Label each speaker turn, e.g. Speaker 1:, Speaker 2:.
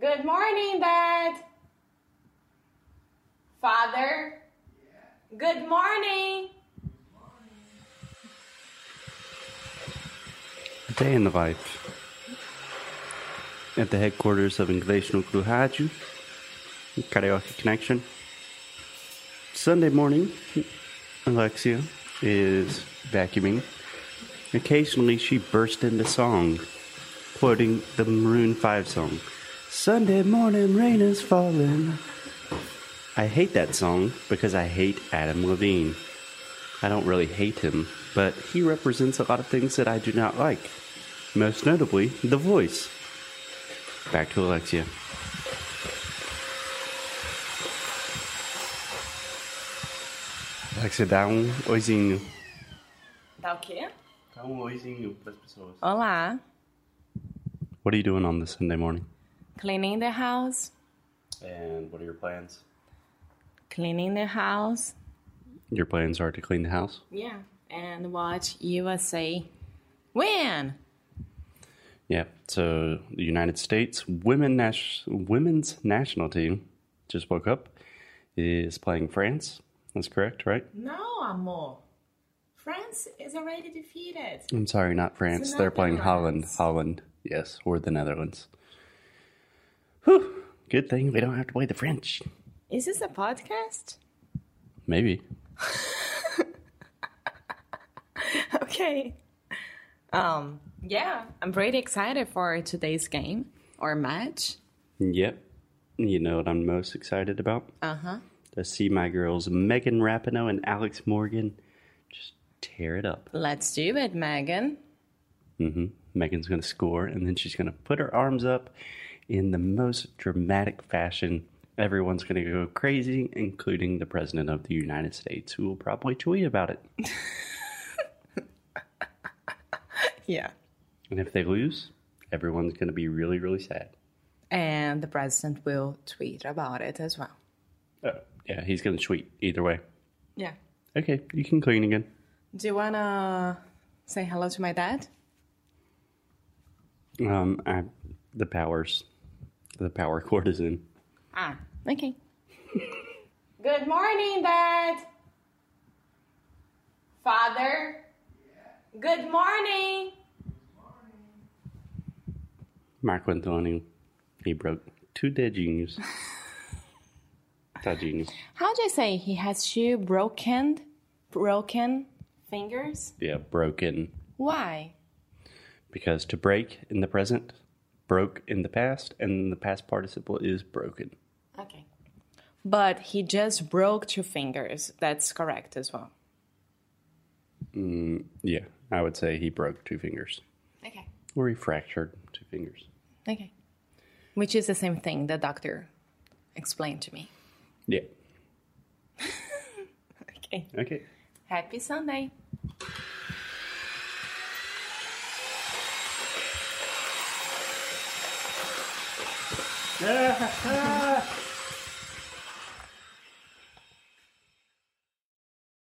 Speaker 1: Good morning, Dad. Father. Good morning.
Speaker 2: A day in the life. At the headquarters of Inglês Núcleo Rádio, Karaoke Connection. Sunday morning, Alexia is vacuuming. Occasionally, she bursts into song, quoting the Maroon 5 song Sunday morning, rain is falling. I hate that song because I hate Adam Levine. I don't really hate him, but he represents a lot of things that I do not like. Most notably, the voice. Back to Alexia. Alexia, dá um oizinho.
Speaker 1: Tá o quê?
Speaker 2: Dá um oizinho pras pessoas.
Speaker 1: Olá.
Speaker 2: What are you doing on this Sunday morning?
Speaker 1: Cleaning the house.
Speaker 2: And what are your plans?
Speaker 1: Cleaning the house.
Speaker 2: Your plans are to clean the house.
Speaker 1: Yeah. And watch USA win.
Speaker 2: Yeah. So the United States women nas- women's national team just woke up is playing France. That's correct, right?
Speaker 1: No, amor. France is already defeated.
Speaker 2: I'm sorry, not France.
Speaker 1: The
Speaker 2: They're playing Holland.
Speaker 1: Netherlands.
Speaker 2: Holland, yes, or the Netherlands. Whew. Good thing we don't have to play the French.
Speaker 1: Is this a podcast?
Speaker 2: Maybe.
Speaker 1: Okay. Um, yeah, I'm pretty excited for today's game or match.
Speaker 2: Yep. You know what I'm most excited about?
Speaker 1: Uh huh.
Speaker 2: To see my girls Megan Rapinoe and Alex Morgan just tear it up.
Speaker 1: Let's do it, Megan.
Speaker 2: hmm Megan's going to score, and then she's going to put her arms up in the most dramatic fashion. Everyone's going to go crazy, including the President of the United States, who will probably tweet about it.
Speaker 1: Yeah.
Speaker 2: And if they lose, everyone's going to be really, really sad.
Speaker 1: And the president will tweet about it as well.
Speaker 2: Oh, yeah, he's going to tweet either way.
Speaker 1: Yeah.
Speaker 2: Okay, you can clean again.
Speaker 1: Do you wanna say hello to my dad?
Speaker 2: Um, I, the powers, the power cord is in.
Speaker 1: Ah, okay. Good morning, Dad. Father. Good morning.
Speaker 2: Marco Antonio, he broke two dedinhos. Tadinho.
Speaker 1: How do you say he has two broken, broken fingers?
Speaker 2: Yeah, broken.
Speaker 1: Why?
Speaker 2: Because to break in the present, broke in the past, and the past participle is broken.
Speaker 1: Okay. But he just broke two fingers. That's correct as well.
Speaker 2: Yeah, I would say he broke two fingers.
Speaker 1: Okay.
Speaker 2: Or he fractured two fingers.
Speaker 1: Okay. Which is the same thing the doctor explained to me.
Speaker 2: Yeah.
Speaker 1: Okay.
Speaker 2: Okay.
Speaker 1: Happy Sunday.